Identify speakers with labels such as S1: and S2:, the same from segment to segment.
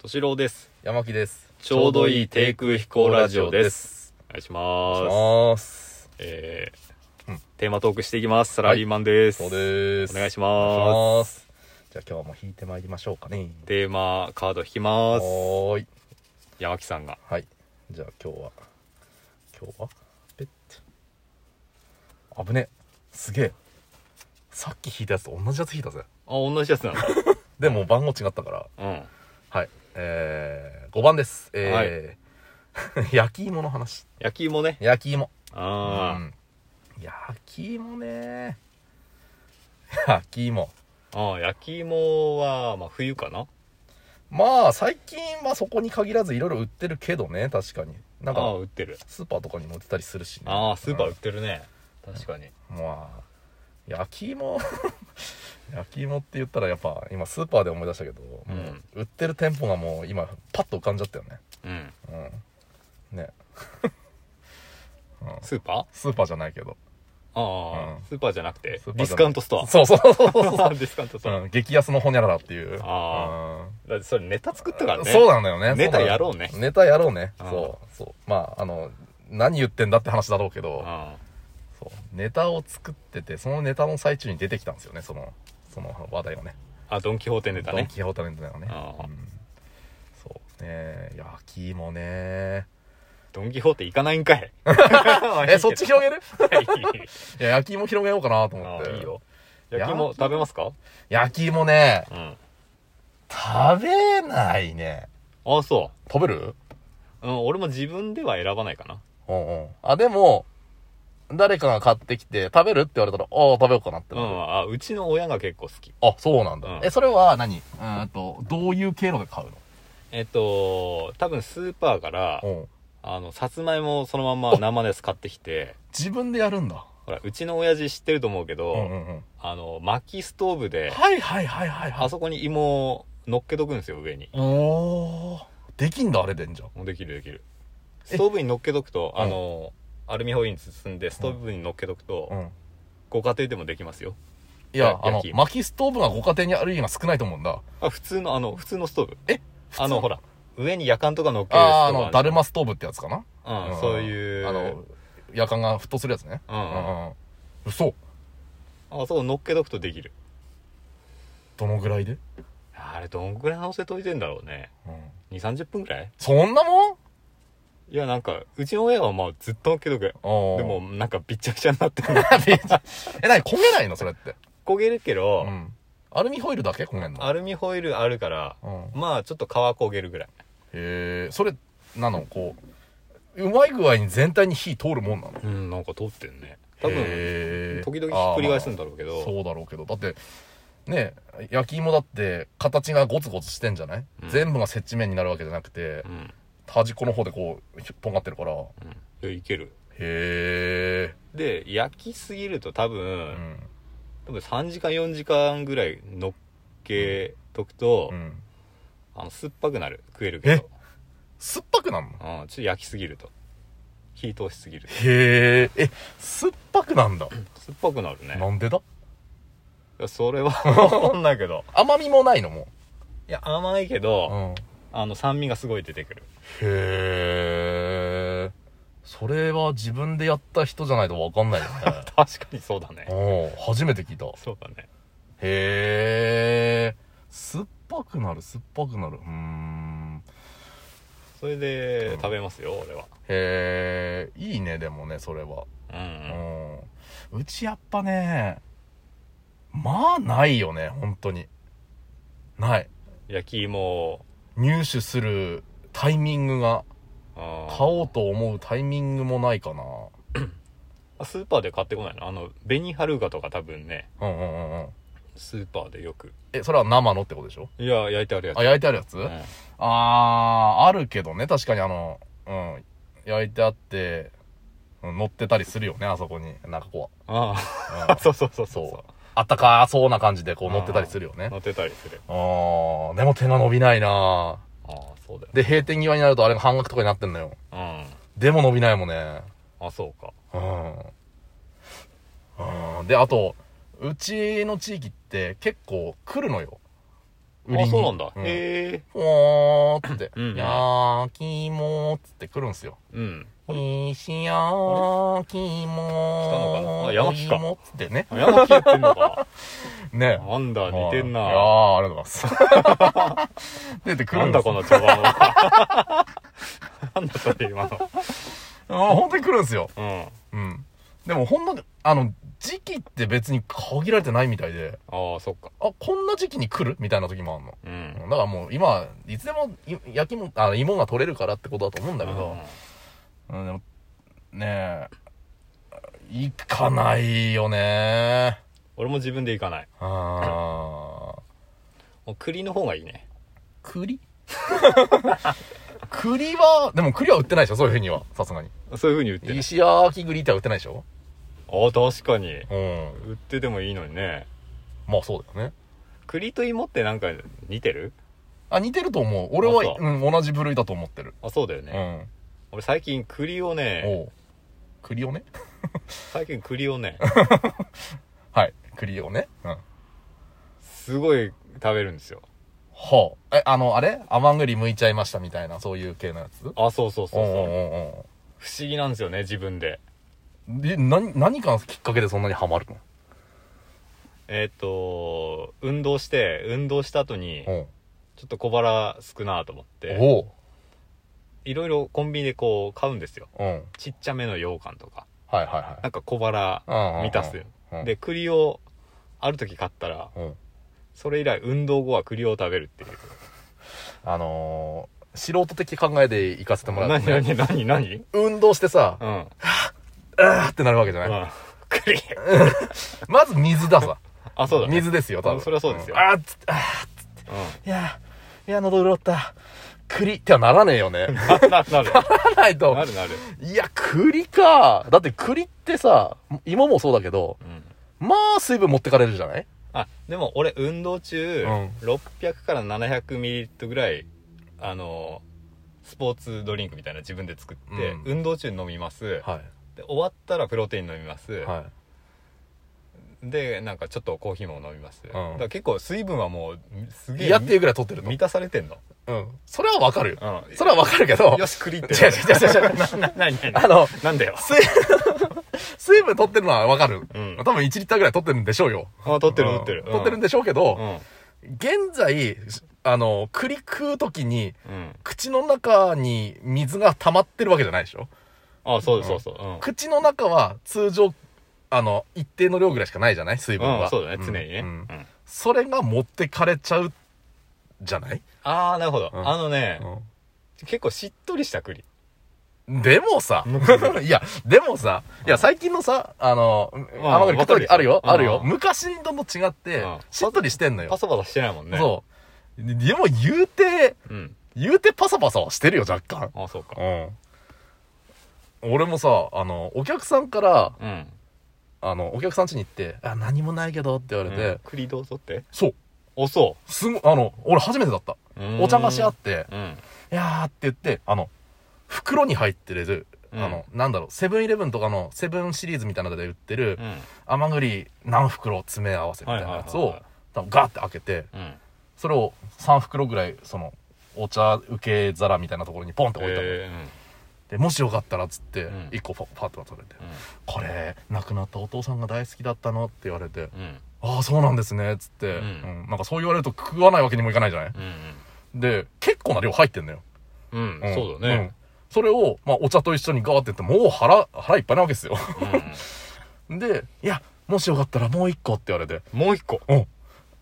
S1: 敏郎です。
S2: 山木です。
S1: ちょうどいい低空飛行ラジオです。お願いし
S2: お願い
S1: ます。
S2: します。
S1: えー
S2: うん
S1: テーマトークしていきます。サラリーマンです。
S2: そうです。
S1: お願いし
S2: お願い
S1: ま
S2: します。じゃあ今日はもう引いてまいりましょうかね。
S1: す。テーマカード引きます。
S2: はーい。
S1: 山木さんが。
S2: はい。じゃあ今日は、今日は、ペッて。危ね。すげえ。さっき引いたやつと同じやつ引いたぜ。
S1: あ、同じやつ なの
S2: でも番号違ったから。
S1: うん。
S2: はい。えー、5番です。えー 焼き芋の話。
S1: 焼き芋ね。
S2: 焼き芋。う
S1: あ
S2: ん焼き芋ね。焼き芋。
S1: ー、あー焼き芋は、まあ冬かな
S2: まあ最近はそこに限らずいろいろ売ってるけどね確かになん
S1: あ
S2: か
S1: ー売ってる。
S2: スーパーとかにも売ってたりするしね
S1: あースーパー売ってるね。確かに。
S2: うんまあ焼き芋 焼き芋って言ったらやっぱ今スーパーで思い出したけど、もう
S1: うん
S2: 売ってる店舗がもう今パッと浮かんじゃったよね
S1: うん。
S2: うんね
S1: スーパー
S2: スーパーじゃないけど
S1: ああ、
S2: うん
S1: スーパーじゃなくて
S2: スーパーじ
S1: ディス
S2: ゃない
S1: カウントストア。
S2: そうそうそうそうそ う
S1: ディスカウントストア。
S2: うん激安のほにゃららっていう
S1: あ
S2: うん
S1: だってそれネタ作ったからね。
S2: そうなんだよね。
S1: ネタ
S2: そだよ
S1: やろうね
S2: ネタやろうね。
S1: うん
S2: そう。そう。まあ、あの、何言ってんだって話だろうけど、
S1: あ
S2: そう。ネタを作ってて、そのネタの最中に出てきたんですよね、その、その話題がね。
S1: ああ、ドン・キホーテネタ
S2: ドン・
S1: ね。
S2: キホーテのネタがね。
S1: ああ
S2: うんそうね焼き芋ね
S1: ドン・キホーテ行かないんかい。
S2: え、そっち広げる
S1: はい
S2: いや、焼き芋広げようかなと思
S1: あ
S2: って。
S1: あいいよ。 焼き芋
S2: 焼き
S1: 食べますか
S2: 焼き芋ね
S1: うん。
S2: 食べないね。
S1: ああ、そ
S2: 食べる
S1: う。うん、俺も自分では選ばないかな。
S2: うんうん。あ、でも、誰かが買ってきて、食べるって言われたら、ああ、食べようかなって
S1: う
S2: なる
S1: ん、あうちの親が結構好き。
S2: あ、そうなんだ。
S1: うん
S2: え、それは何、うーんと、どういう経路で買う
S1: えっと、多分スーパーから、
S2: のうん。
S1: あの、さつまいもをそのまんま生のやつ買ってきて、
S2: 自分でやるんだ。
S1: ほら、うちの親父知ってると思うけど、
S2: うんうんうん。
S1: あの、薪ストーブで、
S2: はいはいはいはいは
S1: あ
S2: い。
S1: そこに芋を乗っけとくんですよ、上に。
S2: おー。できんだ、あれでんじゃん。
S1: もうできるできる。
S2: え
S1: ストーブに乗っけとくと、
S2: うん
S1: あの、アルミホイルに包んで、ストーブに乗っけとくと、
S2: うん。
S1: ご家庭でもできますよ。
S2: いや、あ
S1: 焼
S2: の
S1: き、芋
S2: 薪ストーブがご家庭にある家が少ないと思うんだ。
S1: あ、普通の、あの、普通のストーブ。
S2: え
S1: あの、ほら、上に夜間とか乗っけるストーブ
S2: あーあ
S1: るじゃ
S2: の、
S1: ん
S2: だるまストーブってやつかな。
S1: うん、そういう。
S2: あの、、夜間が沸騰するやつね。
S1: うん
S2: うんうん。嘘。
S1: あ、そう、乗っけとくとできる。
S2: どのぐらいで
S1: あれ、どんぐらい乗せといてんだろうね。
S2: うん。
S1: 2、30分ぐらい
S2: そんなもん
S1: いや、なんか、うちの親はまあ、ずっと乗っけとく。
S2: おー
S1: で も、、なんか、びっちゃびちゃになってる。
S2: え、なに焦げないのそれって。
S1: 焦げるけど、
S2: うん。アルミホイルだけ焦げんの
S1: アルミホイルあるから、
S2: うん。
S1: まあ、ちょっと皮焦げるぐらい。
S2: へえそれなのこううまい具合に全体に火通るもんなの
S1: うん、なんか通ってんね。多分、
S2: へー
S1: 時々ひっくり返すんだろうけ
S2: あーまあ
S1: ど、
S2: そうだろうけどだってね焼き芋だって形がゴツゴツしてんじゃない、
S1: うん
S2: 全部が接地面になるわけじゃなくて
S1: うん。
S2: 端っこの方でこうひとんがってるからへ
S1: うん。いや、いける。
S2: え
S1: で、焼きすぎると多
S2: う
S1: 分、
S2: ん
S1: 多分3時間4時間ぐらい乗っけとくと、
S2: うん
S1: あの酸っぱくなる食えるけど、
S2: 酸っぱくなるの
S1: うん、ちょっと焼きすぎると火通しすぎる
S2: へええ酸っぱくなんだ、
S1: 酸っぱくなるね
S2: なんでだ
S1: いやそれ はわかんないけど
S2: 甘みもないのも
S1: いや甘いけ
S2: う、
S1: ど、
S2: ん、
S1: あの酸味がすごい出てくる
S2: へえそれは自分でやった人じゃないと分かんないよね
S1: 確かにそうだ ね
S2: おー初めて聞いたへ
S1: そうだね
S2: え酸っぱくなる酸っぱくなるうーん
S1: それで
S2: うん
S1: 食べますよ俺は
S2: へえいいねでもねそれは
S1: う
S2: うんんうちやっぱねまあないよね本当にない
S1: 焼き芋を
S2: 入手するタイミングが
S1: うん
S2: 買おうと思うタイミングもないかな
S1: スーパーで買ってこないのあの紅はるかとか多分ね
S2: うんうんうんうん
S1: スーパーでよく
S2: えそれは生のってことでしょ
S1: いや焼いてあるやつ
S2: あ、焼いてあるやつ、
S1: う
S2: あ
S1: ん
S2: あー、あるけどね、確かにあの、うん、焼いてあって、うん乗ってたりするよね、あそこに。なんかこ
S1: あ
S2: う、
S1: あ
S2: うん
S1: そうそうそうそう
S2: そう。あったかそうな感じでこう乗ってたりするよね。
S1: 乗ってたりする
S2: あー、でも手が伸びないな
S1: ああそうだよ
S2: で、閉店際になるとあれが半額とかになってんのよ。
S1: う
S2: でも伸びないもんね。
S1: んあそうか
S2: うん。うん。で、あと、うちの地域って結構来るのよ。売りに
S1: あそうなんだ、
S2: うん
S1: へえ
S2: ふわーって、
S1: うん
S2: やーきもーっつって来るんすよ。
S1: うん
S2: 石焼
S1: 来
S2: き
S1: たのかな
S2: も
S1: あ山木か
S2: お芋っつってね。
S1: 山木やってんのか
S2: ね
S1: なんだ似てんな
S2: はいあーありがとうございます。 出てく
S1: な
S2: る
S1: ん
S2: んで
S1: だ
S2: す
S1: こ
S2: よ。
S1: の茶番は なんだそれ今の
S2: あ本当に来るんですよ。
S1: うん
S2: うん。でもほんの、あの、時期って別に限られてないみたいで、
S1: ああそっか
S2: あ、こんな時期に来るみたいな時もあんの。
S1: う
S2: だ
S1: ん
S2: からもう今、いつでもい焼きも、あの、芋が取れるからってことだと思うんだけど、うん、でも、ねえ、行かないよね
S1: 俺も自分で行かない
S2: あー。
S1: もう栗の方がいいね
S2: 栗 栗は、でも栗は売ってないでしょそういうふうには。さすがに。
S1: そういう風に売ってる
S2: 石焼き栗っては売ってないでしょ
S1: ああ確かに
S2: うん。
S1: 売っててもいいのにね
S2: まあそうだよね。
S1: 栗と芋ってなんか似てる
S2: あ、似てると思う。俺は、
S1: あそう
S2: うん、同じ部類だと思ってる。
S1: あそうだよ
S2: う
S1: ね、
S2: ん。
S1: 俺最近栗をね
S2: おう。栗をね
S1: 最近栗をね
S2: はい。栗をね。うん。
S1: すごい食べるんですよ
S2: ほう。え、あの、あれ甘栗剥いちゃいましたみたいな、そういう系のやつそう
S1: あそうそうそう
S2: う
S1: そ
S2: ん
S1: う
S2: うん
S1: 不思議なんですよね自分で
S2: うん。で、な、何かのきっかけでそんなにハマるの
S1: えーっ、と運動して運動した後に
S2: うん。
S1: ちょっと小腹すくなと思って
S2: おう。
S1: いろいろコンビニでこう買うんですよ
S2: うん。はい
S1: ちっちゃめの羊羹とか
S2: はいは
S1: なんか小腹
S2: い。うんうんうん
S1: 満たす。
S2: うん
S1: で、栗をある時買ったら
S2: うん。
S1: それ以来運動後は栗を食べるっていう
S2: あのー、素人的考えで行かせてもらう
S1: 何
S2: と、ね、
S1: 何何何
S2: 運動してさ、
S1: うん、うん、
S2: あーってなるわけじゃない。
S1: 栗
S2: まず水ださ。
S1: あそうだ、ね、
S2: 水ですよ、
S1: う
S2: 多
S1: ん
S2: 分。
S1: そりゃそうですよ
S2: んあーっつって、あーっつっ
S1: う
S2: ていやー、いや、喉潤った。栗ってはならねえよね。
S1: んな ななる
S2: ならないと
S1: な。るなる、
S2: いや、栗か。だって栗ってさ、芋もそうだけど、
S1: うん、
S2: まあ、水分持ってかれるじゃない
S1: あでも俺運動中、
S2: うん
S1: 600から700ミリリットルぐらいあのスポーツドリンクみたいな自分で作って、
S2: うん
S1: 運動中に飲みます、
S2: は
S1: で終わったらプロテイン飲みます、
S2: い。はい。
S1: でなんかちょっとコーヒーも飲みます、
S2: ん
S1: だから結構水分はもうすげえ
S2: やっていうぐらい取ってると。
S1: 満たされてんの、
S2: うん。それはわかるよ。
S1: うん、
S2: それはわかるけど、
S1: よし栗って
S2: 違う違う違う違 う。
S1: ななになに
S2: あの、
S1: なんだよ
S2: 水、 水分取ってるのはわかる。
S1: うん
S2: 多分1リッターぐらい取ってるんでしょうよ。
S1: あ取ってる
S2: うん
S1: 取ってる、
S2: 取ってるん
S1: ん
S2: でしょうけど、
S1: うん
S2: 現在、あの、栗食うときに、
S1: うん
S2: 口の中に水が溜まってるわけじゃないでしょ
S1: あそうそうそう、うん
S2: 口の中は通常、あの、一定の量ぐらいしかないじゃない水分は。
S1: うんそうだね常にね、
S2: うん
S1: うん
S2: それが持ってかれちゃう、じゃない、
S1: ああなるほど、
S2: うん
S1: あのね、結構しっとりした栗
S2: でもさ、 いや、でもさ、いや、最近のさ、あの、
S1: ん
S2: 甘栗食った時あるよ
S1: わ、かるよ
S2: あるよ。
S1: うん
S2: 昔とも違って
S1: うん、
S2: しっとりしてんのよ
S1: パ。サパサしてないもんね
S2: そう。ででも言うて、
S1: うん
S2: 言うてパサパサはしてるよ、若干。
S1: あそうか
S2: うん。俺もさ、あの、お客さんから、
S1: うん、
S2: あの、お客さん家に行って、あ、何もないけどって言われて、
S1: うん栗どうぞって
S2: そう。
S1: おそ
S2: すごい、あの、俺初めてだった。
S1: う
S2: お
S1: お
S2: 邪魔し合って、
S1: うん
S2: いやーって言って、あの、袋に入ってる、
S1: うん
S2: あの、なんだろう、セブンイレブンとかのセブンシリーズみたいなので売ってる
S1: う、ん
S2: 甘栗何袋詰め合わせみたいなやつ
S1: はいはいは
S2: を
S1: いはい、
S2: 多分ガーって開けて、
S1: うん
S2: それを3袋ぐらい、その、お茶受け皿みたいなところにポンって置いたの。
S1: え
S2: で、もしよかったらっつって
S1: うん、
S2: 1個パパッと取れて、
S1: ー
S2: これ、亡くなったお父さんが大好きだったのって言われて、
S1: うんうん
S2: ああ、そうなんですね、つって、
S1: う
S2: うんんなんかそう言われると食わないわけにもいかないじゃないで、結構な量入ってんのよ。
S1: うんうん、
S2: ん
S1: そうだね、。
S2: んそれを、まあ、お茶と一緒にガーってやって、もう腹、腹いっぱいなわけですよ。
S1: う
S2: で、いや、もしよかったらもう一個って言われて、
S1: ん、もう一個
S2: うん。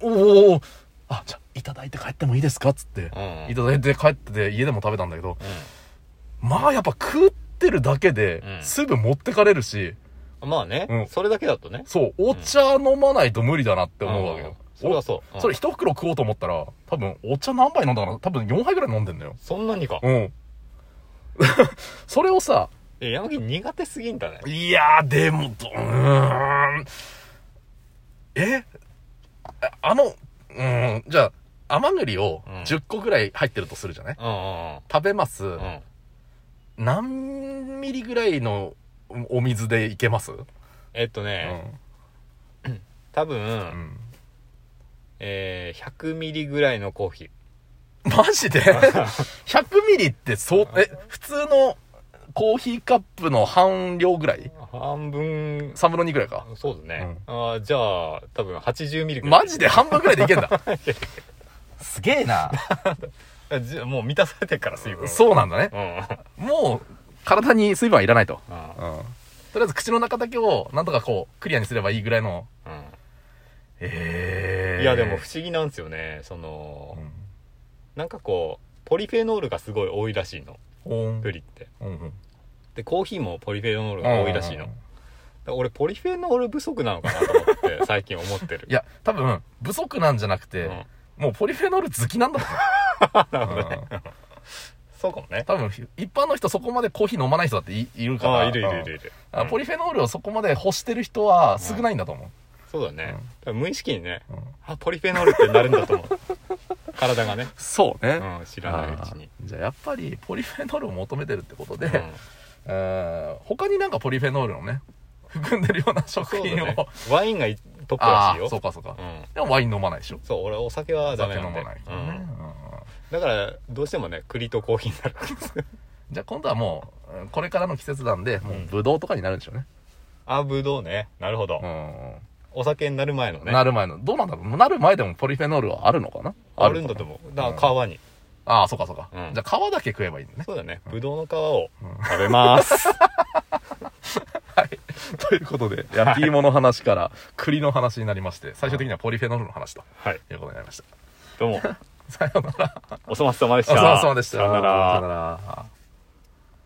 S2: おおあ、じゃあ、いただいて帰ってもいいですかっつって、
S1: うん
S2: いただいて帰ってて、家でも食べたんだけど、
S1: う
S2: まあ、やっぱ食ってるだけで
S1: う、ん
S2: 水分持ってかれるし、
S1: ん、まあね、
S2: うん
S1: それだけだとね
S2: そう、お茶飲まないと無理だなって思うわけ
S1: ん
S2: よ。
S1: それはそう、う
S2: お
S1: ん
S2: それ一袋食おうと思ったら、多分、お茶何杯飲んだかな多分4杯ぐらい飲んでんだよ。
S1: そんなにか、
S2: うん。 それをさ、
S1: え山木苦手すぎんだね
S2: いやー、でも、どうーん。えああの、うーん、じゃあ、甘栗を
S1: うん
S2: 10個ぐらい入ってるとするじゃない、
S1: うんうん
S2: 食べます、
S1: うんうん
S2: 何ミリぐらいのおお水でいけます、
S1: えっとね、
S2: う
S1: 多
S2: ん。う
S1: 分、
S2: ん。
S1: えー、100ミリぐらいのコーヒー。
S2: マジ で ?100 ミリってそう、え、普通のコーヒーカップの半量ぐらい
S1: 半分、
S2: ?3 分の2ぐらいか。
S1: そうですね。あーじゃあ、多分80ミリぐらい。
S2: マジで半分ぐらいでいけんだ。 すげえな。
S1: あじゃあもう満たされてるから、水分。
S2: そうなんだね。
S1: うん。うん。
S2: もう、体に水分はいらないと。
S1: うん
S2: うん。とりあえず口の中だけを、なんとかこう、クリアにすればいいぐらいの。え
S1: いや、でも不思議なんですよね。その、なんかこう、ポリフェノールがすごい多いらしいの。
S2: うん。
S1: プリって。
S2: うんうん。
S1: で、コーヒーもポリフェノールが多いらしいの。だから俺、ポリフェノール不足なのかなと思 って、最近思ってる。
S2: いや、多分、不足なんじゃなく て、
S1: うん
S2: もうポリフェノール好きなんだと思ううん
S1: そうかもね。
S2: 多分、一般の人そこまでコーヒー飲まない人だっていいるか
S1: あ
S2: ら。
S1: あ、いるいるいる
S2: うん
S1: いる。
S2: だからポリ
S1: うん
S2: フェノールをそこまで欲してる人は少ないんだと思
S1: そうだね
S2: うん。
S1: だから無意識にね、
S2: う。うん
S1: あ、ポリフェノールってなるんだと思う。体がね。
S2: そうね。
S1: うん、知らないうちに。
S2: あーじゃあやっぱりポリフェノールを求めてるってことで、
S1: うん
S2: えー他になんかポリフェノールをね、含んでるような食
S1: そうだ
S2: 品を。
S1: ね。 ワインがいトップら
S2: あ
S1: しい
S2: あ、
S1: よ。
S2: そうかそうか。
S1: うん。
S2: でもワイン飲まないでしょ。
S1: そう、俺お酒はダメ
S2: お
S1: なん
S2: 酒
S1: で。
S2: 飲まないからね。うんうん
S1: うんだから、どうしてもね、栗とコーヒーになるわけです。
S2: じゃあ今度はもううん、これからの季節なんで、もううんブドウとかになるんでしょうね。
S1: あ、ぶどうね。なるほど
S2: う。ん
S1: お酒になる前のね。
S2: なる前の、どうなんだろうなる前でもポリフェノールはあるのかな
S1: あるんだと
S2: う。
S1: 思う。だから皮に。
S2: ああ、そうかそうか。
S1: うん
S2: じゃあ皮だけ食えばいいんだね。
S1: そうだね。ぶどうの皮を食べます。
S2: はい。 ということで、焼き芋の話から栗の話になりまして、最終的にはポリフェノールの話と
S1: はい。
S2: いうことになりました。
S1: どうも、
S2: さようなら。
S1: お粗末様でし
S2: お
S1: た。
S2: 疲れ様でした。
S1: さよなら
S2: さよ。なら。